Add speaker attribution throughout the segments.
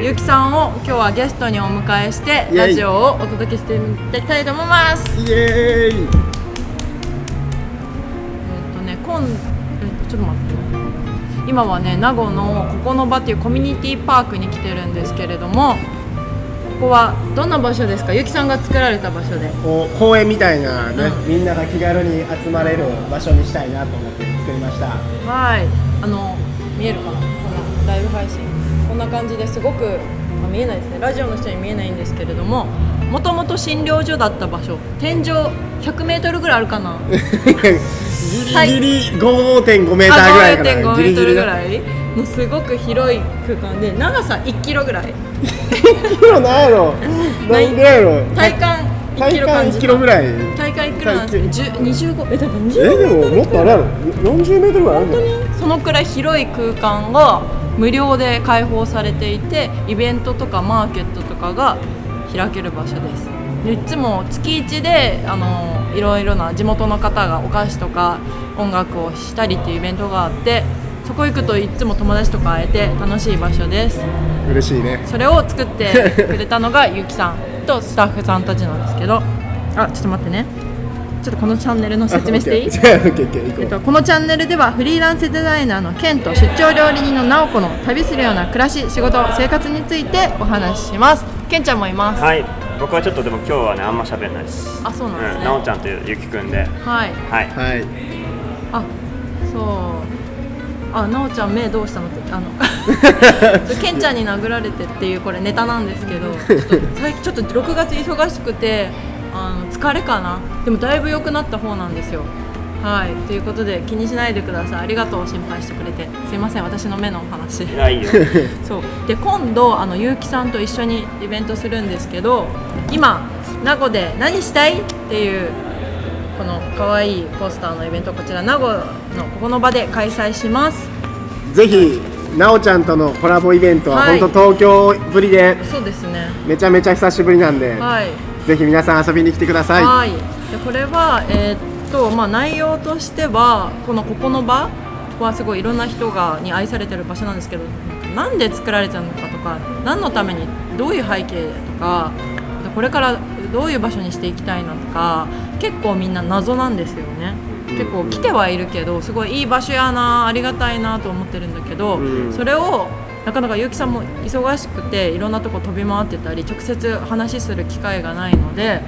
Speaker 1: ゆうきさんを今日はゲストにお迎えして
Speaker 2: イエイ
Speaker 1: ラジオをお届けしてみたいと思います
Speaker 2: イエ
Speaker 1: えっ
Speaker 2: ーイ
Speaker 1: とね今、えっとちょっと待ってね今はね名護のここの場っていうコミュニティパークに来てるんですけれどもここはどんな場所ですかゆうきさんが作られた場所で
Speaker 2: こう公園みたいなね、
Speaker 1: う
Speaker 2: みんなが気軽に集まれる場所にしたいなと思って作りました
Speaker 1: はい、あの見えるかな、このライブ配信、こんな感じですごく、あ見えないですね、ラジオの人に見えないんですけれども、もともと診療所だった場所、天井100メートルぐらいあるかな、はい
Speaker 2: ギリギリ5.5メーターぐらいかな、
Speaker 1: 5.5
Speaker 2: ギ
Speaker 1: メー
Speaker 2: リ
Speaker 1: ト
Speaker 2: ギ
Speaker 1: ル
Speaker 2: リ
Speaker 1: ぐ
Speaker 2: だ
Speaker 1: らいのすごく広い空間で、長さ1キロぐらい、
Speaker 2: 黒なんやろ
Speaker 1: ない
Speaker 2: 何ぐらいやろ
Speaker 1: 体感1キ
Speaker 2: 体
Speaker 1: ロ
Speaker 2: 感
Speaker 1: 感
Speaker 2: 1
Speaker 1: じ
Speaker 2: キロぐらい
Speaker 1: 体感1キロなんですけど、10 25、え、だから
Speaker 2: え
Speaker 1: 25
Speaker 2: でももっとあれやろ40メートルぐらいあるんじゃない
Speaker 1: そのくらい広い空間が無料で開放されていてイベントとかマーケットとかが開ける場所ですでいつも月1であのいろいろな地元の方がお菓子とか音楽をしたりっていうイベントがあってそこ行くといつも友達とか会えて楽しい場所です
Speaker 2: 嬉しいね
Speaker 1: それを作ってくれたのがゆきさんとスタッフさんたちなんですけどあちょっと待ってねちょっとこのチャンネルの説明していい
Speaker 2: じ ゃあオッケーオッケー行こ
Speaker 1: え
Speaker 2: う
Speaker 1: っと、このチャンネルではフリーランスデザイナーのケンと出張料理人のナオコの旅するような暮らし仕事生活についてお話ししますケンちゃんもいます、
Speaker 3: はい、僕はちょっとでも今日はねあんま喋んないです。
Speaker 1: あそうなんですね
Speaker 3: なおちゃんとゆきくんで、
Speaker 1: はい
Speaker 3: は い。
Speaker 2: はい
Speaker 1: あそうあナオちゃん目どうしたのってあのケンちゃんに殴られてっていうこれネタなんですけどちょっと最近ちょっと6月忙しくてあの疲れかなでもだいぶ良くなった方なんですよはいということで気にしないでくださいありがとう心配してくれてすいません私の目のお話
Speaker 3: いやいいよ。
Speaker 1: そうで今度あの結城さんと一緒にイベントするんですけど今名護で何したいっていうこの可愛いポスターのイベントこちら名護のここの場で開催します
Speaker 2: ぜひなおちゃんとのコラボイベントは
Speaker 1: はい
Speaker 2: 本当東京ぶりで
Speaker 1: そうですね
Speaker 2: めちゃめちゃ久しぶりなんで、
Speaker 1: はい
Speaker 2: ぜひ皆さん遊びに来てください
Speaker 1: はいでこれはえーっとまあ内容としてはこのここの場はすごいいろんな人がに愛されてる場所なんですけどなんで作られたのかとか何のためにどういう背景とかこれからどういう場所にしていきたいなとか結構みんな謎なんですよね結構来てはいるけどすごいいい場所やなありがたいなと思ってるんだけど、
Speaker 2: うん
Speaker 1: それをなかなか結城さんも忙しくていろんなとこ飛び回ってたり直接話しする機会がないので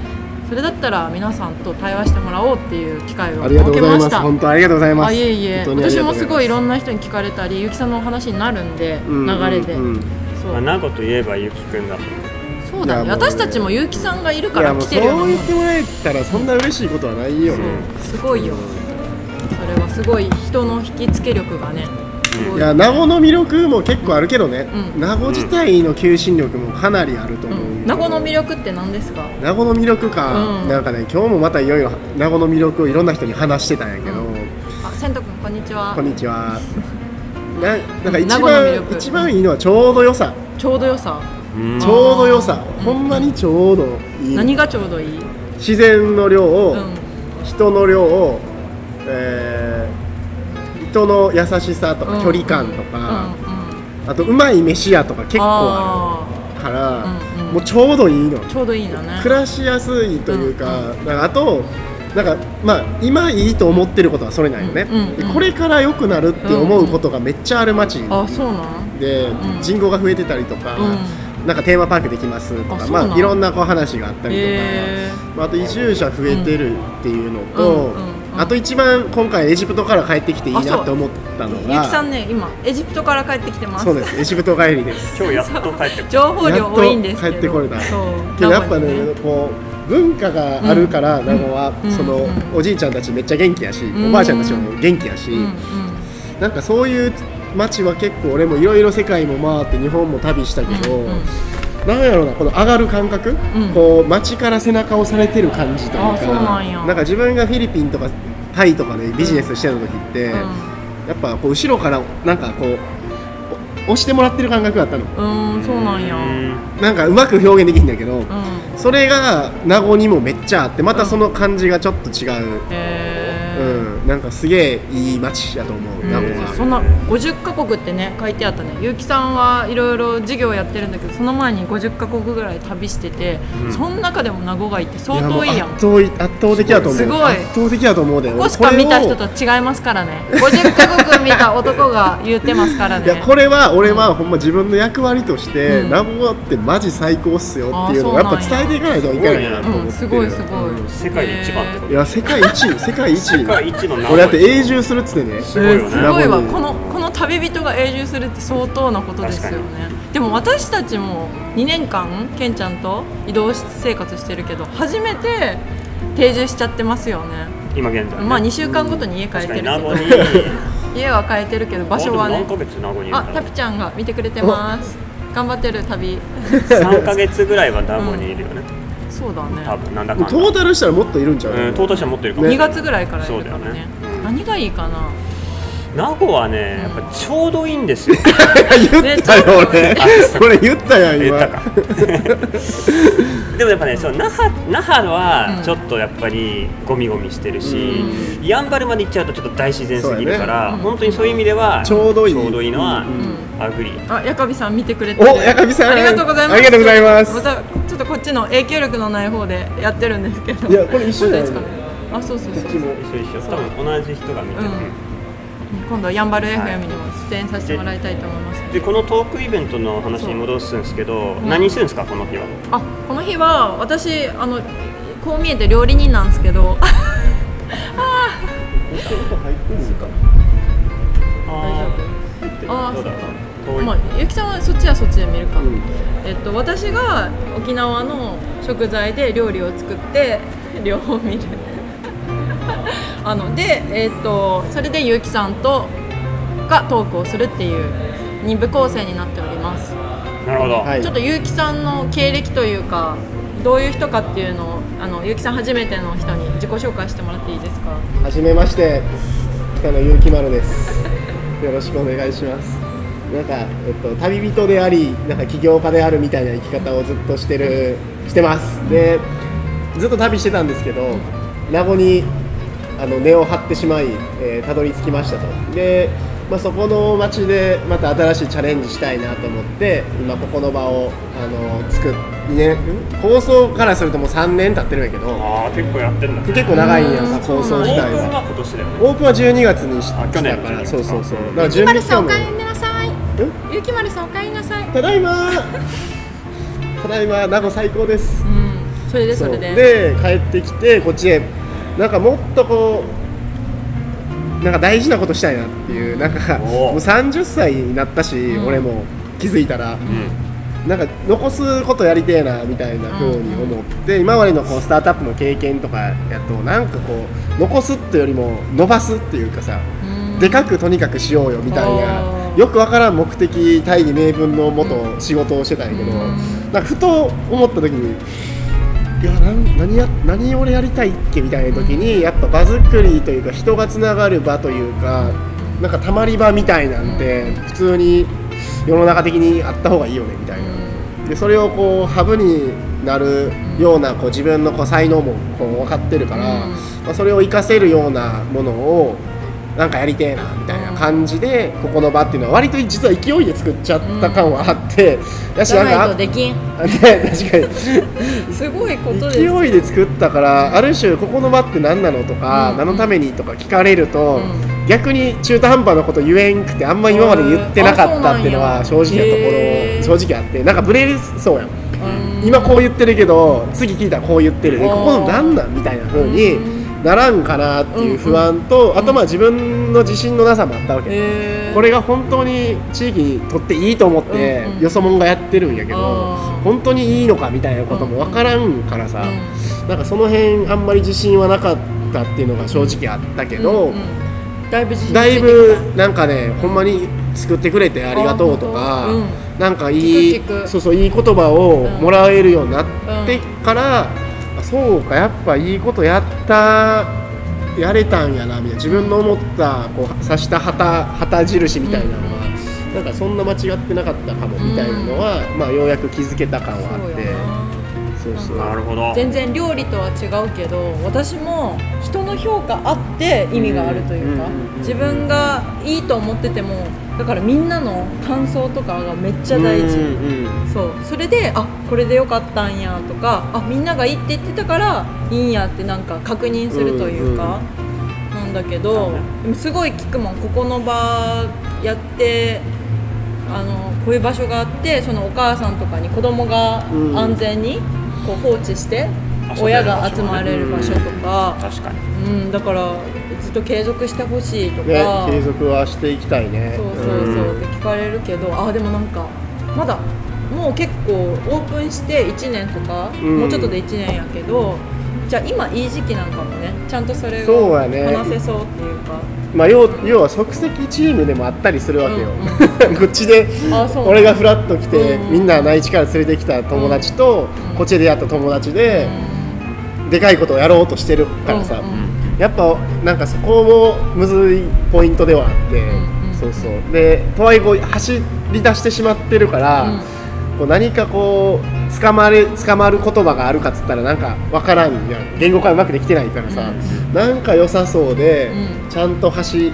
Speaker 1: それだったら皆さんと対話してもらおうっていう機会を
Speaker 2: ありがと
Speaker 1: 設
Speaker 2: う
Speaker 1: け
Speaker 2: ござ
Speaker 1: ま
Speaker 2: い
Speaker 1: し
Speaker 2: ます
Speaker 1: た
Speaker 2: 本当ありがとうございます
Speaker 1: あいえいえ
Speaker 2: 本当にあり
Speaker 1: 私
Speaker 2: がとう
Speaker 1: も
Speaker 2: ござます
Speaker 1: ごいいろんな人に聞かれたり結城さんのお話になるんで
Speaker 2: うん
Speaker 1: 流れで、
Speaker 2: うん
Speaker 1: そう
Speaker 3: まあなこといえばゆきくんだもん。
Speaker 1: そうだね
Speaker 2: いやもうね
Speaker 1: 私たちも結城さんがいる
Speaker 2: い
Speaker 1: か
Speaker 2: や
Speaker 1: ら
Speaker 2: もう
Speaker 1: 来
Speaker 2: そ
Speaker 1: て
Speaker 2: う
Speaker 1: るようなもん
Speaker 2: 言ってもらえたらそんな嬉しいことはないよね
Speaker 1: そうすごいよそれはすごい人の引きつけ力がねすご
Speaker 2: い
Speaker 1: い
Speaker 2: や名護の魅力も結構あるけどね、
Speaker 1: うん
Speaker 2: 名護自体の求心力もかなりあると
Speaker 1: う
Speaker 2: 思う、
Speaker 1: ん、名護の魅力って何ですか
Speaker 2: 名護の魅力か、
Speaker 1: うん
Speaker 2: なんかね今日もまたいよいよ名護の魅力をいろんな人に話してたんやけど、
Speaker 1: うあ、千斗くんこんにちは
Speaker 2: こんにちはななんか
Speaker 1: 名
Speaker 2: 一
Speaker 1: 護の魅力
Speaker 2: 番一番いいのはちょうど良さ
Speaker 1: ちょうど良さ
Speaker 3: うん
Speaker 2: ちょうど良さ
Speaker 1: うん
Speaker 2: ほんまにちょうどいい、
Speaker 1: 何がちょうどいい、
Speaker 2: 自然の量を、
Speaker 1: うん、
Speaker 2: 人の量を、えー人の優しさとか距離感とか、あとうまい飯屋とか結構あ
Speaker 1: あ
Speaker 2: るから、
Speaker 1: うんうん
Speaker 2: もうちょうどいいの
Speaker 1: ーちょうどいいんだね
Speaker 2: 暮らしやすいというか,、なんかあとなんかまあ今いいと思ってることはそれなんよね、
Speaker 1: うんうんうん
Speaker 2: でこれから良くなるって思うことがめっちゃある街
Speaker 1: あそうなん
Speaker 2: で、
Speaker 1: うん
Speaker 2: 人口が増えてたりとか、
Speaker 1: う
Speaker 2: なんかテーマパークできますと
Speaker 1: あ
Speaker 2: か
Speaker 1: そうなん
Speaker 2: まあいろんなこう話があったりとか。
Speaker 1: へ
Speaker 2: まあ、あと移住者増えてるっていうのと、
Speaker 1: うんうんうん
Speaker 2: あと一番今回エジプトから帰ってきていい
Speaker 1: あそう
Speaker 2: なって思ったの
Speaker 1: ーゆきさ
Speaker 2: が
Speaker 1: んね今エジプトから帰ってきてます
Speaker 2: そうですエジプト帰 りです
Speaker 3: 今日やっと帰ってくる。
Speaker 1: 情報量多いんですけど
Speaker 2: やっと帰ってこれた
Speaker 1: そう
Speaker 2: けどやっぱね
Speaker 1: 名古屋
Speaker 2: こう文化があるから、
Speaker 1: うん
Speaker 2: 名古は、
Speaker 1: うん
Speaker 2: その、
Speaker 1: うん
Speaker 2: おじいちゃんたちめっちゃ元気やし、
Speaker 1: ん
Speaker 2: おばあちゃんたちも元気やし、
Speaker 1: うんうん
Speaker 2: なんかそういう街は結構俺もいろいろ世界も回って日本も旅したけど、
Speaker 1: うんうん
Speaker 2: なんやろうなこの上がる感覚、
Speaker 1: うん
Speaker 2: こう街から背中を押されてる感じという
Speaker 1: あ
Speaker 2: か
Speaker 1: そうなんや
Speaker 2: か自分がフィリピンとかタイとかでビジネスしてた時って、やっぱこう後ろからなんかこうお押してもらってる感覚だったの
Speaker 1: うんうんそうなんや
Speaker 3: う
Speaker 1: うん
Speaker 3: ん
Speaker 2: なんかうまく表現できんだけど、それが名護にもめっちゃあってまたその感じがちょっと違う、
Speaker 1: へ
Speaker 2: う
Speaker 1: え
Speaker 2: んなんかすげえいい街やと思う、名古
Speaker 3: うん
Speaker 2: 屋
Speaker 1: そんな50カ国ってね書いてあったね結城さんはいろいろ事業やってるんだけどその前に50カ国ぐらい旅してて、
Speaker 3: うん
Speaker 1: その中でも名古屋行って相当いいやん
Speaker 2: もう圧倒圧倒的やと思う
Speaker 1: すごい
Speaker 2: 圧倒的やと思うで
Speaker 1: ここしか見た人と違いますからね50カ国見た男が言ってますから
Speaker 2: いや
Speaker 1: ね
Speaker 2: これは俺はほんま自分の役割として、
Speaker 1: うん
Speaker 2: 名古屋ってマジ最高っすよっていうのを
Speaker 1: あ
Speaker 2: や
Speaker 1: ー
Speaker 2: っぱ伝えていかないといけないなと思ってる、
Speaker 1: うん、すごいすごい、
Speaker 3: うん世界で一番ってこと
Speaker 2: いや世界一位世界一位
Speaker 3: 世界一の名古屋
Speaker 2: 俺だって永住するっつってね
Speaker 3: すごいよね
Speaker 1: すごいわ
Speaker 2: 名古屋に
Speaker 1: このこの旅人が永住するって相当なことですよねでも私たちも2年間ケンちゃんと移動生活してるけど初めて定住しちゃってますよね
Speaker 3: 今現在ね、
Speaker 1: まあ2週間ごとに家変え
Speaker 3: 確
Speaker 1: て
Speaker 3: か
Speaker 1: るけど
Speaker 3: に名護に
Speaker 1: 家は変えてるけど 場所はね
Speaker 3: もうでも何ヶ月名護にいる
Speaker 1: あ
Speaker 3: んだ
Speaker 1: タ
Speaker 3: ろ
Speaker 1: ピちゃんが見てくれてます頑張ってる旅
Speaker 3: 3ヶ月ぐらいは名護にいるよね、
Speaker 1: そうだ
Speaker 3: 多
Speaker 1: ね
Speaker 3: 分なんだ
Speaker 2: ト
Speaker 3: かんだ
Speaker 2: ータルしたらもっといるんちゃう、
Speaker 3: うん、トータルしては持ってるかも
Speaker 1: 2
Speaker 3: しれない
Speaker 1: 月ぐらいからいるから
Speaker 3: そうだ
Speaker 1: ね
Speaker 3: よね
Speaker 1: 何がいいかな
Speaker 3: 名護はねやっぱちょうどいい んですよ
Speaker 2: 言ったよ俺
Speaker 1: ね
Speaker 2: 俺言ったやん
Speaker 3: 言
Speaker 2: 今
Speaker 3: ったかでもやっぱねその那覇那覇
Speaker 1: う
Speaker 3: は
Speaker 1: ん
Speaker 3: ちょっとやっぱりゴミゴミしてるし、やんばるまで行っちゃうとちょっと大自然すぎるか
Speaker 1: そ
Speaker 3: ら、
Speaker 1: うやね
Speaker 3: 本当にそういう意味では
Speaker 2: ちょうどいい
Speaker 3: ちょうどいいのは、
Speaker 1: ん
Speaker 3: アグリ
Speaker 1: あ、やかびさん見てくれてる
Speaker 2: おやかびさん
Speaker 1: ありがとうございます
Speaker 2: ありがとうございます
Speaker 1: またちょっとこっちの影響力のない方でやってるんですけど
Speaker 2: いやこれ一緒
Speaker 1: ど
Speaker 2: じゃない
Speaker 1: うですかねあ、そうそうそう
Speaker 2: こっちも
Speaker 3: 一緒一緒多分同じ人が見てて、
Speaker 1: 今度はやんばる
Speaker 3: はい
Speaker 1: FM にも出演させてもらいたいと思います
Speaker 3: でこのトークイベントの話に戻すんですけど、
Speaker 1: ん
Speaker 3: 何するんですかこの日は
Speaker 1: あ、この日は私あのこう見えて料理人なんですけど大丈夫
Speaker 2: 入ってるんか
Speaker 3: あ
Speaker 1: あ
Speaker 3: ー
Speaker 1: ー
Speaker 3: どう
Speaker 1: そ
Speaker 3: だろう
Speaker 1: っか
Speaker 3: 遠い、
Speaker 1: まあ、ゆきさんはそっちはそっちで見るか、
Speaker 2: うん
Speaker 1: えっと、私が沖縄の食材で料理を作って 両方見る あので、えっと、それでゆきさんとがトークをするっていう2部構成になっております、
Speaker 3: なるほど、
Speaker 2: はい
Speaker 1: ちょっとゆきさんの経歴というかどういう人かっていうのをあのゆきさん初めての人に自己紹介してもらっていいですか
Speaker 2: はじめまして、北野結城丸です。よろしくお願いします。なんか、えっと、旅人であり、なんか起業家であるみたいな生き方をずっとしてる、してます。で、ずっと旅してたんですけど、名護に。あの根を張ってしまい、えーたどり着きましたと。で、まあ、そこの町で、また新しいチャレンジしたいなと思って、今ここの場を、あの、作っ。ね、構想からするともう3年経ってるんやけど
Speaker 3: ああ結構やってんだ、ね、
Speaker 2: 結構長いんや
Speaker 1: うん
Speaker 2: まあ構
Speaker 1: そう
Speaker 2: 想
Speaker 3: オ
Speaker 1: なん
Speaker 2: 自
Speaker 1: や
Speaker 3: ー
Speaker 2: 体
Speaker 3: プン
Speaker 2: は
Speaker 3: は今年だよね
Speaker 2: オープンは12月にし
Speaker 3: あ
Speaker 2: し
Speaker 3: 去
Speaker 2: た
Speaker 3: 年
Speaker 2: から
Speaker 3: 12
Speaker 2: そうそうそう
Speaker 3: うん
Speaker 2: だから
Speaker 1: ゆき
Speaker 2: 準
Speaker 1: まる
Speaker 2: 備期
Speaker 1: さんお
Speaker 2: 間も
Speaker 1: 帰りなさい
Speaker 2: うん
Speaker 1: ゆきまるさんお帰りなさい
Speaker 2: ただいま ーただいま名護最高です
Speaker 1: うんそれでそれで
Speaker 2: そうで帰ってきてこっちへなんかもっとこうなんか大事なことしたいなっていうなんか
Speaker 3: おー
Speaker 2: もう30歳になったし、
Speaker 1: ん
Speaker 2: 俺も気づいたら
Speaker 3: うん
Speaker 2: なんか残すことやりてえなみたいな風に思って、今までのこうスタートアップの経験とかやとなんかこう残すってよりも伸ばすっていうかさ、
Speaker 1: うん
Speaker 2: でかくとにかくしようよみたい
Speaker 1: あ
Speaker 2: な
Speaker 1: ー
Speaker 2: よくわからん目的大義名分のもと仕事をしてたんやけど、
Speaker 1: うん
Speaker 2: なんかふと思った時に。いやなん何や何俺やりたいっけみたいな時にやっぱ場作りというか人がつながる場というかなんかたまり場みたいなんて普通に世の中的にあった方がいいよねみたいなでそれをこうハブになるようなこう自分のこう才能もこう分かってるから、
Speaker 1: うん
Speaker 2: まあ、それを活かせるようなものをなんかやりてえなみたいな感じでここの場っていうのは割と実は勢いで作っちゃった感はあって、やし
Speaker 1: じゃ
Speaker 2: なんか
Speaker 1: ない
Speaker 2: あ
Speaker 1: とできん
Speaker 2: ね確かに
Speaker 1: すごいことです
Speaker 2: 勢いで作ったからある種ここの場って何なのとか、
Speaker 1: うん
Speaker 2: 何のためにとか聞かれると、
Speaker 1: う
Speaker 2: 逆に中途半端なこと言えんくてあんま今まで言ってなかったっていうの
Speaker 1: へーあ
Speaker 2: は
Speaker 1: そう
Speaker 2: 正
Speaker 1: なんや
Speaker 2: 直
Speaker 1: へー
Speaker 2: なところ正直あってなんかブレそうやん
Speaker 1: うん
Speaker 2: 今こう言ってるけど次聞いたらこう言ってるで
Speaker 1: あ
Speaker 2: こ
Speaker 1: ー
Speaker 2: この何なんみたいな風にならんかなっていう不安と、あとまあ自分の自信のなさもあったわけ、
Speaker 1: へー
Speaker 2: これが本当に地域にとっていいと思って、
Speaker 1: うんうん
Speaker 2: よそもんがやってるんやけど
Speaker 1: あー
Speaker 2: 本当にいいのかみたいなことも分からんからさ、
Speaker 1: う
Speaker 2: なんかその辺あんまり自信はなかったっていうのが正直あったけ
Speaker 1: んう
Speaker 2: ど、
Speaker 1: んだいぶ自信つ
Speaker 2: だ
Speaker 1: て
Speaker 2: い
Speaker 1: きた
Speaker 2: ぶなんかねほんまに作ってくれてありがとうと
Speaker 1: あ
Speaker 2: か、
Speaker 1: 本
Speaker 2: なんかいい
Speaker 1: 聞く聞く
Speaker 2: そうそういい言葉をもらえるようになってから、あそうかやっぱいいことやったやれたんやなみたいな自分の思ったこう刺した旗旗印みたいなのは、なんかそんな間違ってなかったかもみたいなのは、まあようやく気づけた感はあ
Speaker 1: そう
Speaker 2: っ
Speaker 1: や
Speaker 2: て
Speaker 1: な
Speaker 2: そそうそう
Speaker 3: なるほど
Speaker 1: 全然料理とは違うけど私も人の評価あって意味があるというか、
Speaker 2: うんうんうん
Speaker 1: 自分がいいと思っててもだからみんなの感想とかがめっちゃ大事、
Speaker 2: うんうん
Speaker 1: そうそれであこれでよかったんやとかあみんながいいって言ってたからいいんやってなんか確認するというか、なんだけどでもすごい聞くもんここの場やってあのこういう場所があってそのお母さんとかに子供が
Speaker 2: うん
Speaker 1: 安全にこう放置して
Speaker 3: 遊べる場所ね
Speaker 1: 親が集まれる場所とか、
Speaker 3: 確かに
Speaker 1: うん、だからずっと継続してほしいと
Speaker 2: ね
Speaker 1: か。
Speaker 2: 継続はしていきたいね
Speaker 1: そうそうそうって聞かれるけど、ああでもなんかまだもう結構オープンして1年とか、
Speaker 2: うん
Speaker 1: もうちょっとで1年やけどじゃあ今いい時期なんかもねちゃんとそれ
Speaker 2: そう
Speaker 1: を
Speaker 2: やね
Speaker 1: 話せそうっていうか
Speaker 2: まあ要要は即席チームでもあったりするわけよ、 こっちで
Speaker 1: あそう
Speaker 2: 俺がフラッと来て、
Speaker 1: うん
Speaker 2: みんな内地から連れてきた友達と、
Speaker 1: うん
Speaker 2: こっちでやった友達
Speaker 1: う
Speaker 2: で、
Speaker 1: ん
Speaker 2: でかいことをやろうとしてるからさ、
Speaker 1: うん
Speaker 2: やっぱなんかそこもむずいポイントではあって、
Speaker 1: うんうん
Speaker 2: そうそうでとはいえこう走り出してしまってるから、
Speaker 1: うん
Speaker 2: こう何かこう捕まれ捕まる言葉があるかっつったらなんかわからんやん言語化うまくできてないからさ、なんか良さそうで、
Speaker 1: う
Speaker 2: ちゃんと走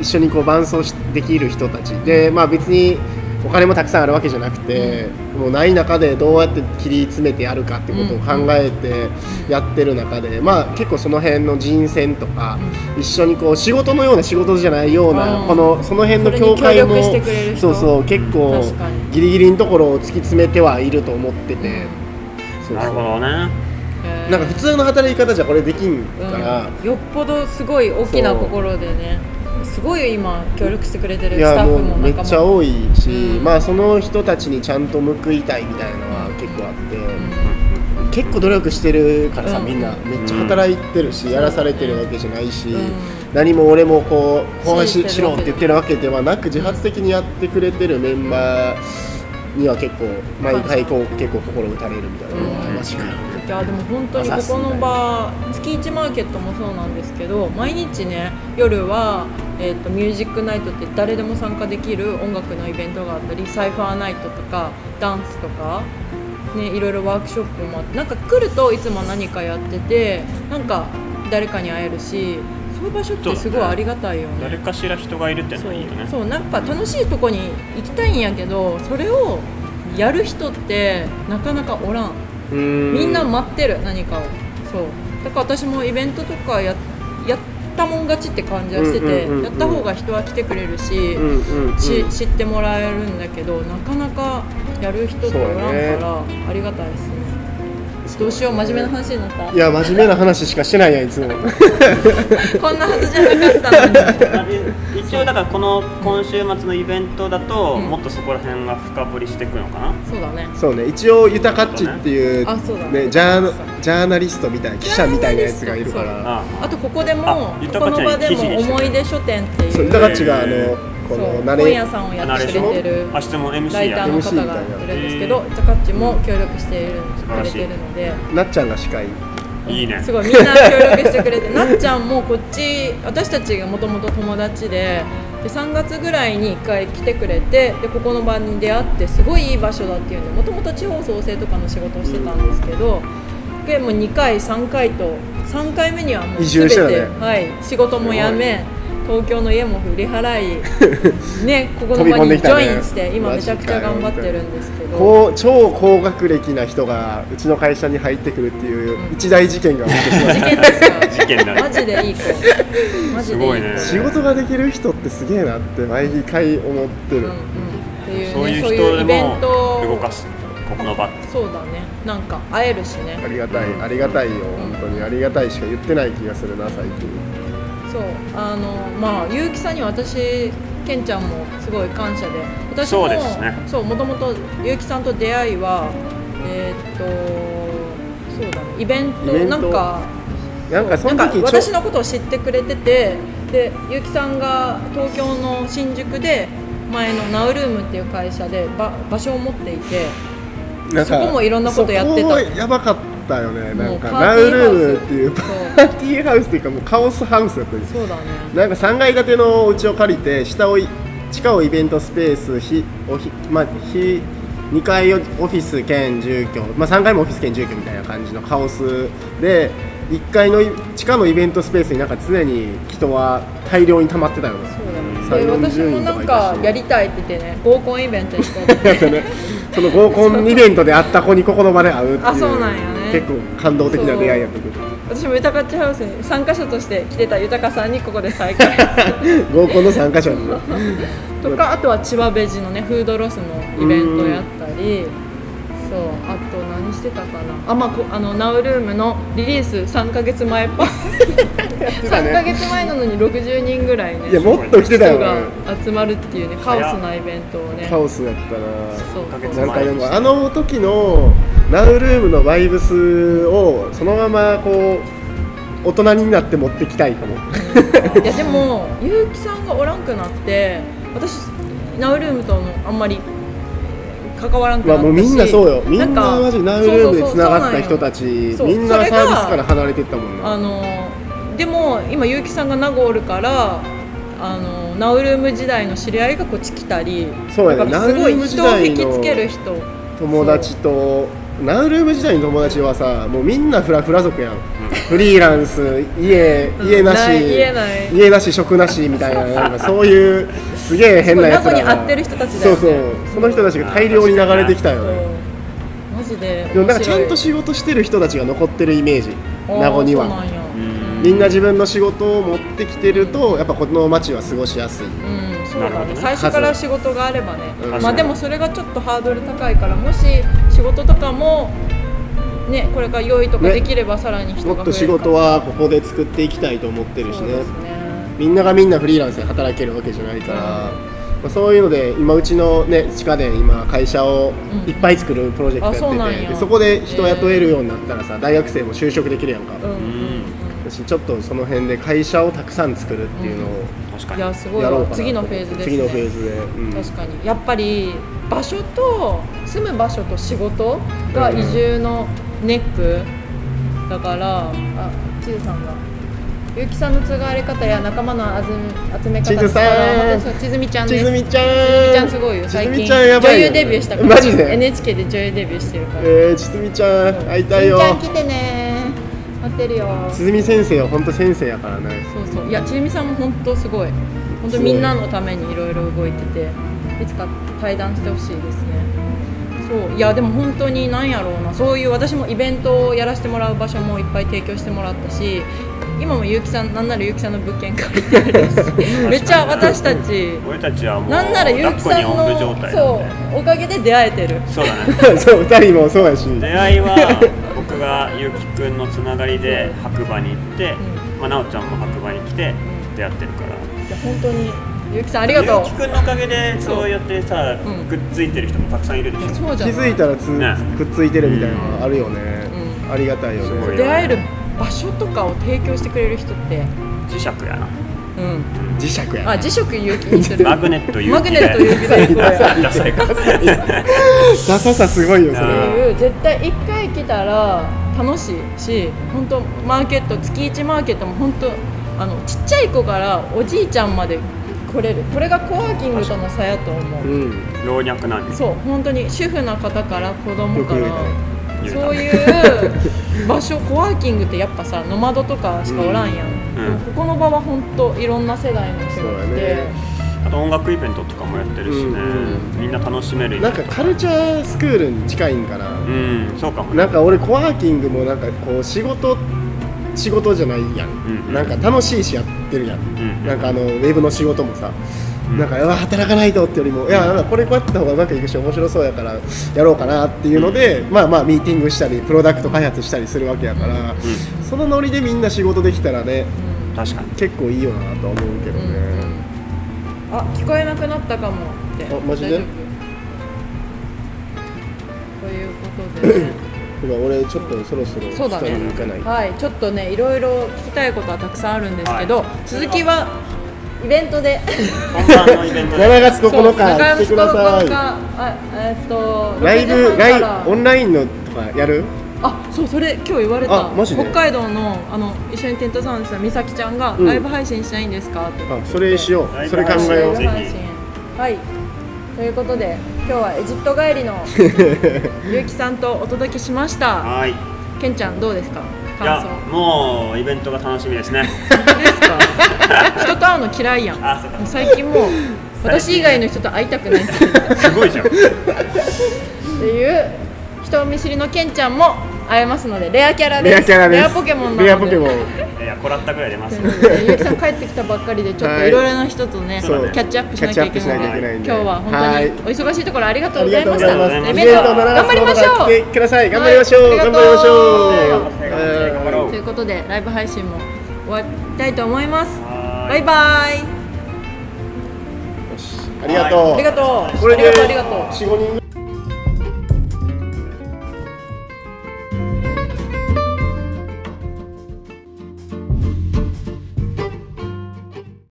Speaker 2: 一緒にこう伴走しできる人たちでまあ別にお金もたくさんあるわけじゃなくて、もうない中でどうやって切り詰めてやるかってことを考えてやってる中で、まあ結構その辺の人選とか、一緒にこう仕事のような仕事じゃないような、
Speaker 1: うん
Speaker 2: このその辺の境界も
Speaker 1: それに協力してくれる人
Speaker 2: そうそう結構
Speaker 1: 確かに
Speaker 2: ギリギリのところを突き詰めてはいると思ってて、そうそう
Speaker 3: なるほどね
Speaker 1: へー
Speaker 2: なんか普通の働き方じゃこれできんから、
Speaker 1: うんよっぽどすごい大きな心でねすごい今協力してくれてる
Speaker 2: い
Speaker 1: スタッ
Speaker 2: やも
Speaker 1: フも
Speaker 2: うめ
Speaker 1: 仲間
Speaker 2: っちゃ多いし、
Speaker 1: うん
Speaker 2: まあその人たちにちゃんと報いたいみたいなのは結構あって、結構努力してるからさ、
Speaker 1: うん
Speaker 2: みんなめっちゃ働いてるし、やらされてるわけじゃないし、
Speaker 1: うん
Speaker 2: 何も俺もこうこうし
Speaker 1: し
Speaker 2: しろって言ってるわけではなく
Speaker 1: で
Speaker 2: 自
Speaker 1: は
Speaker 2: 発的にやってくれてるメンバーには結構毎 回こう結構心打たれるみたいな、
Speaker 1: うん
Speaker 2: うわマジかよ
Speaker 1: いやでも本当にここの場月1マーケットもそうなんですけど毎日ね夜は、えー、とミュージックナイトって誰でも参加できる音楽のイベントがあったりサイファーナイトとかダンスとか、ね、いろいろワークショップもあってなんか来るといつも何かやっててなんか誰かに会えるしそういう場所ってすごいありがたいよね。
Speaker 3: 誰かしら人がいるっての
Speaker 1: そ
Speaker 3: は
Speaker 1: う
Speaker 3: いいよね
Speaker 1: そうなんか楽しいとこに行きたいんやけどそれをやる人ってなかなかおらん。みんな待ってる何かをそうだから私もイベントとかややったもん勝ちって感じはしてて、
Speaker 2: うんうんうんうん
Speaker 1: やった方が人は来てくれるし,、
Speaker 2: うんうんうん
Speaker 1: し知ってもらえるんだけどなかなかやる人っておらんか
Speaker 2: そうね
Speaker 1: らありがたいですねどうしよう真面目な話になった
Speaker 2: いや真面目な話しかしてないやんいつも
Speaker 1: こんなはずじゃなかったのに
Speaker 3: 一応だからこの今週末のイベントだと、
Speaker 1: うん
Speaker 3: もっとそこら辺が深掘りしていくのかな
Speaker 1: そうだね
Speaker 2: そうね一応ユタカッチっていう
Speaker 1: あそうだ
Speaker 2: ねジャージャーナリストみたいな記者みたいなやつがいるから
Speaker 3: あ
Speaker 1: あとここでも
Speaker 3: あ
Speaker 1: ここの場でも思い出書店って
Speaker 2: そう
Speaker 1: い
Speaker 2: ユ
Speaker 1: う
Speaker 2: タカッチがあ
Speaker 3: へ
Speaker 2: のこ
Speaker 1: そ
Speaker 2: の
Speaker 1: う
Speaker 2: ナ
Speaker 1: 本
Speaker 2: レ
Speaker 1: 屋さんをや
Speaker 3: あナ
Speaker 1: って
Speaker 3: レ
Speaker 1: く
Speaker 3: ーシ
Speaker 1: れ
Speaker 3: ョ
Speaker 1: て
Speaker 3: ン
Speaker 1: る
Speaker 3: あ質問
Speaker 1: ラ
Speaker 3: MC
Speaker 1: イタ
Speaker 3: や
Speaker 1: ー
Speaker 3: ね
Speaker 1: の方がいるんですけど、ジャカッチも協力している
Speaker 3: 素
Speaker 1: く
Speaker 3: 晴ら
Speaker 1: れ
Speaker 3: しい
Speaker 1: ているので、
Speaker 2: なっちゃんが司会
Speaker 3: いいね
Speaker 1: すごいみんな協力してくれて、なっちゃんもこっち、私たちがもともと友達で、で3月ぐらいに1回来てくれて、でここの場に出会って、すごいいい場所だっていうんで、もともと地方創生とかの仕事をしてたんですけど、でもう2回、3回と、3回目にはもう
Speaker 2: 移住してたね
Speaker 1: 全てはい、仕事も辞め、東京の家も振り 払い、ね、ここの場
Speaker 2: 飛び込んで
Speaker 1: に
Speaker 2: き
Speaker 1: ジ
Speaker 2: たね
Speaker 1: ョインして、今めちゃくちゃ頑張ってるんですけど。
Speaker 2: こう超高学歴な人がうちの会社に入ってくるっていう一大事件が起きて しまっ
Speaker 1: 事件ですよ
Speaker 3: 事件だね
Speaker 1: マジでいい子マジ
Speaker 3: す
Speaker 1: でいい子
Speaker 3: ごいね
Speaker 2: た仕事ができる人ってすげえなって毎回思って
Speaker 1: うんう
Speaker 2: る
Speaker 1: ん、っていうね
Speaker 3: そういう
Speaker 1: そういう
Speaker 3: 人で
Speaker 1: イベ
Speaker 3: も
Speaker 1: ント
Speaker 3: 動かすここの場って
Speaker 1: そうだねなんか会えるしね
Speaker 2: ありがたいありがたいよ本当にありがたいしか言ってない気がするな最近
Speaker 1: そうあのまあ結城さんには私ケンちゃんもすごい感謝で私も
Speaker 3: そうですね
Speaker 1: そうもともと結城さんと出会いはえーっとそうだねイベント
Speaker 2: イベント
Speaker 1: なんか
Speaker 2: なんかその時
Speaker 1: なんか私
Speaker 2: ちょ
Speaker 1: のことを知ってくれててでゆきさんが東京の新宿で前のナウルームっていう会社でば場所を持っていて
Speaker 2: なんか
Speaker 1: そこもいろんなことやってた
Speaker 2: そこもやばかったよねな
Speaker 1: も
Speaker 2: ん
Speaker 1: うパ
Speaker 2: か
Speaker 1: ー
Speaker 2: ナ
Speaker 1: ティー
Speaker 2: ウル
Speaker 1: ハウス
Speaker 2: ームっていうパ
Speaker 1: そう
Speaker 2: ーティーハウスっていうかもうカオスハウスだったんです
Speaker 1: そうだね
Speaker 2: なんか3階建てのお家を借りて下をい地下をイベントスペースひおひ、まあ、ひ2階オフィス兼住居、まあ、3階もオフィス兼住居みたいな感じのカオスで1階のい地下のイベントスペースになんか常に人は大量に溜まってたよね
Speaker 1: そうだね。
Speaker 2: そう
Speaker 1: で私もなんかやりたいって言ってね、合コンイベント行こう って。
Speaker 2: その合コンイベントで会った子にここの場で会うっていう
Speaker 1: あそうなんやね
Speaker 2: 結構感動的な出会いやったけど
Speaker 1: 私も豊かチハウスに参加者として来てた豊かさんにここで再 会
Speaker 2: 合コンの参加者に
Speaker 1: とか、あとは千葉ベジのねフードロスのイベントやったり。そうあと何してたかなあまあこあのナウルームのリリース3か月前 パ
Speaker 2: ってたね
Speaker 1: 3か月前なのに60人ぐらいね
Speaker 2: いやもっと来てた
Speaker 1: 人
Speaker 2: よ
Speaker 1: が
Speaker 2: ね
Speaker 1: 集まるっていうねカオスなイベントをね
Speaker 2: カオスやったな
Speaker 1: そう
Speaker 3: 3ヶ月
Speaker 2: なんかでも
Speaker 3: 前
Speaker 2: あの時のナウルームのバイブスをそのままこう大人になって持ってきたいかも
Speaker 1: いやでも結城さんがおらんくなって私ナウルームともあんまり関わらんくな
Speaker 2: ま
Speaker 1: ったし、
Speaker 2: あもうみんなそうよみん
Speaker 1: か
Speaker 2: なマジナウルームでつながっ
Speaker 1: そうそうそう
Speaker 2: た
Speaker 1: そう
Speaker 2: 人たち
Speaker 1: そう
Speaker 2: みん
Speaker 1: そ
Speaker 2: な
Speaker 1: れが
Speaker 2: サービスから離れてったもん
Speaker 1: あ
Speaker 2: な
Speaker 1: のでも今結城さんが名護おるからあのナウルーム時代の知り合いがこっち来たり
Speaker 2: そうやね
Speaker 1: なんかすごい人を
Speaker 2: ナウルー
Speaker 1: 引
Speaker 2: ム時代
Speaker 1: き
Speaker 2: の
Speaker 1: つける人
Speaker 2: 友達とナウルーム時代の友達はさもうみんなフラフラ族やんフリーランス家家なし
Speaker 1: ない家ない
Speaker 2: 家なし食なしみたいななんかそういうすげえ変なやつ
Speaker 1: すご
Speaker 2: ら
Speaker 1: い
Speaker 2: が
Speaker 1: 謎に合ってる人たちだよね
Speaker 2: そうそうその人たちが大量に流れてきたよね
Speaker 1: マジで
Speaker 2: でもなんかちゃんと
Speaker 1: し
Speaker 2: 仕事してる人たちが残ってるイメージ名護には
Speaker 3: うん
Speaker 2: みんな自分の仕事を持ってきてるとやっぱこの町は過ごしやすい
Speaker 1: うん、そうだ
Speaker 3: なるほ
Speaker 1: ね
Speaker 3: どね
Speaker 1: 最初から仕事があればね、
Speaker 2: うん
Speaker 1: まあでもそれがちょっとハードル高いからもし仕事とかもねこれから用意とかできればさらに人
Speaker 2: も
Speaker 1: が
Speaker 2: っ
Speaker 1: 増
Speaker 2: と
Speaker 1: え
Speaker 2: 仕
Speaker 1: るか
Speaker 2: 事
Speaker 1: も
Speaker 2: はここで作っていきたいと思ってるし
Speaker 1: そう
Speaker 2: ね
Speaker 1: ですね
Speaker 2: みんながみんなフリーランスで働けるわけじゃないから、まあ、そういうので今うちのね地下で今会社を
Speaker 1: うん
Speaker 2: いっぱい作るプロジェク
Speaker 1: あそ
Speaker 2: ト
Speaker 1: う
Speaker 2: や
Speaker 1: な
Speaker 2: っ
Speaker 1: ん
Speaker 2: てて、
Speaker 1: や
Speaker 2: でそこで人を雇えるようになったらさ大学生も就職できるやんか、
Speaker 1: うんうん
Speaker 2: 私ちょっとその辺で会社をたくさん作るっていうの
Speaker 3: 確
Speaker 1: う
Speaker 3: か
Speaker 1: んい
Speaker 3: に
Speaker 1: やすご
Speaker 2: を
Speaker 1: い
Speaker 2: やろうかなと
Speaker 1: わ次のフェーズですね
Speaker 2: 次のフェーズで、うん
Speaker 1: 確かにやっぱり場所と住む場所と仕事が移住のネックだからあちずさんが結城さんのつがわれ方や仲間の集め集め
Speaker 2: ち
Speaker 1: 方
Speaker 2: ず
Speaker 1: と
Speaker 2: さ
Speaker 1: か
Speaker 2: ん
Speaker 1: またそうちずみちゃんで
Speaker 2: ち
Speaker 1: す
Speaker 2: ずみちゃん
Speaker 1: ちゃんすごいよ最
Speaker 2: ち
Speaker 1: 近
Speaker 2: ずみちゃんやばい
Speaker 1: 女
Speaker 2: よ
Speaker 1: 優デビューしたから
Speaker 2: マジで
Speaker 1: NHK で女優デビューしてるから、
Speaker 2: えー、ちずみちゃん会いたいよ
Speaker 1: ちずみちゃん来てね待ってるよ
Speaker 2: ちずみ先生は本当先生やからね
Speaker 1: そうそういやちえみさんも本当すごい本当みんなのためにいろいろ動いてていつか対談してほしいですねそういやでも本当に何やろうなそういう私もイベントをやらせてもらう場所もいっぱい提供してもらったし今も結城さんなんなら結城さんの物件借りてる しめっちゃ私たち
Speaker 3: 俺たちはもう
Speaker 1: なんなら結城さん
Speaker 3: 抱っこにおんぶ状
Speaker 1: の
Speaker 3: 態なんで
Speaker 1: そうおかげで出会えてる
Speaker 3: そうだね
Speaker 2: そう二人もそうやし
Speaker 3: 出会いは 僕がゆうきくんのつながりで白馬に行って、まあ、なおちゃんも白馬に来て出会ってるから
Speaker 1: いや本当に結城さんありがとう
Speaker 3: ゆうきくんのおかげでそうやってさ、
Speaker 1: うん
Speaker 3: くっついてる人もたくさんいるでし
Speaker 1: い
Speaker 3: ょ
Speaker 1: やそうじ
Speaker 2: 気
Speaker 1: ゃな
Speaker 2: づ
Speaker 1: い
Speaker 2: いたらつ、
Speaker 3: ね
Speaker 2: くっついてるみたいなのあるよね、
Speaker 1: う
Speaker 2: ありがたいよ
Speaker 3: すごい
Speaker 2: ね
Speaker 1: 出会える場所とかを提供してくれる人って
Speaker 3: 磁石やな
Speaker 1: うん
Speaker 2: 磁石や
Speaker 1: あ磁石勇気にする
Speaker 3: マグネット有
Speaker 1: マ
Speaker 3: 機で
Speaker 1: グネット有機でこれっ
Speaker 3: ダサいか
Speaker 2: ダサさすごいよそれ
Speaker 1: て
Speaker 2: は
Speaker 1: いう絶対一回来たら楽しいし本当マーケット月一マーケットも本当あのちっちゃい子からおじいちゃんまで来れるこれがコワーキングとの差やと思
Speaker 2: う
Speaker 1: うん
Speaker 3: 老若男女
Speaker 1: そう本当に主婦の方から子供
Speaker 2: よく
Speaker 1: か
Speaker 2: 言うね
Speaker 1: ら
Speaker 3: 言うな
Speaker 1: そういう場所コワーキングってやっぱさノマドとかしかおらんやん、
Speaker 3: うん
Speaker 1: でもここの場は本当いろんな世代の人
Speaker 2: そう
Speaker 1: が
Speaker 2: や
Speaker 1: 来て、
Speaker 2: ね
Speaker 3: あと音楽イベントとかもやってるしね、
Speaker 2: うん
Speaker 3: みんな楽しめる
Speaker 2: なんかカルチャースクールに近いんかな、
Speaker 3: うんそうかもね
Speaker 2: なんか俺コワーキングもなんかこう仕事仕事じゃないやん、
Speaker 3: うん
Speaker 2: なんか楽しいしやってるやん、
Speaker 3: ん
Speaker 2: なんかあのウェブの仕事もさ、
Speaker 3: うん
Speaker 2: なんかうわ働かないとってよりもいやなんかこれこうやった方がうまくいくし面白そうやからやろうかなっていうので、まあまあミーティングしたりプロダクト開発したりするわけやから、そのノリでみんな仕事できたらね
Speaker 3: 確か に
Speaker 2: 結構いいよなとは思うけど
Speaker 1: うんうん
Speaker 2: ね、
Speaker 1: うんあ聞こえなくなったかもって
Speaker 2: あマジで
Speaker 1: 大丈夫ということ で、ね、
Speaker 2: 今俺ちょっとそろそろ
Speaker 1: そうだ
Speaker 2: 下
Speaker 1: ね
Speaker 2: に行かない、
Speaker 1: はいちょっとねいろいろ聞きたいことはたくさんあるんですけど、続きはイベントで
Speaker 3: 本番のイベントで
Speaker 2: 7月9
Speaker 1: そう
Speaker 2: 日来てくださ
Speaker 1: 中山
Speaker 2: い
Speaker 1: あえっと
Speaker 2: ラ
Speaker 1: 6
Speaker 2: イ
Speaker 1: 時半
Speaker 2: ブラ
Speaker 1: か
Speaker 2: イ
Speaker 1: ら
Speaker 2: ブオンラインのとかやる
Speaker 1: あそうそれ今日言われた
Speaker 2: あマジで
Speaker 1: 北海道のあの一緒にテントサウンドした美咲ちゃんが、
Speaker 2: うん
Speaker 1: ライブ配信しないんですかって
Speaker 2: あそれしよ
Speaker 3: ラ
Speaker 2: う
Speaker 3: イブ
Speaker 2: それ考えよ
Speaker 1: ライ
Speaker 2: う
Speaker 1: ブ配信はいということで今日はエジプト帰 りのゆうきさんとお届けしました
Speaker 3: はいい
Speaker 1: けんちゃんどうですか感
Speaker 3: や
Speaker 1: 想
Speaker 3: もうイベントが楽しみです ね
Speaker 1: です か人と会うの嫌いやん
Speaker 3: あそうか
Speaker 1: もう最近もう私以外の人と会いたくないっていう
Speaker 3: すごいじゃん
Speaker 1: っていう人見知りのけんちゃんも会えますのでレアキャラです
Speaker 2: レアキャラです
Speaker 1: レアポケモンなので
Speaker 2: レアポケモン
Speaker 3: いやこらったぐらい出ますよ
Speaker 1: ゆうきさん帰ってきたばっかりでちょっと
Speaker 2: はい
Speaker 1: いろいろな人とね、
Speaker 3: そうだね
Speaker 1: キャッチアップしなきゃいけないの
Speaker 3: キャッチアップしなきゃいけ
Speaker 1: で
Speaker 2: ないんで
Speaker 1: 今日は本
Speaker 2: はい
Speaker 1: 当にお忙しいところありがと
Speaker 2: あ
Speaker 1: うご
Speaker 2: り
Speaker 1: ざいま
Speaker 2: がとうご
Speaker 1: し
Speaker 2: ざ
Speaker 1: た
Speaker 2: います。
Speaker 1: イ
Speaker 3: イ
Speaker 1: ベ
Speaker 3: ベ
Speaker 1: ン
Speaker 3: ン
Speaker 1: ト
Speaker 3: ト
Speaker 1: 頑張りまし
Speaker 2: 来て
Speaker 1: ょ
Speaker 2: ください。頑張りましょう。
Speaker 1: はい
Speaker 2: 頑張りましょう。
Speaker 3: ありがとう頑張ろ
Speaker 1: う
Speaker 3: う
Speaker 1: ということでライブ配信も終わりたいと思います
Speaker 3: はーい
Speaker 1: バイバイ
Speaker 2: ありがとう。
Speaker 1: ありがとう
Speaker 2: これで
Speaker 1: ありがとうありがとう
Speaker 2: 四五人ぐらい。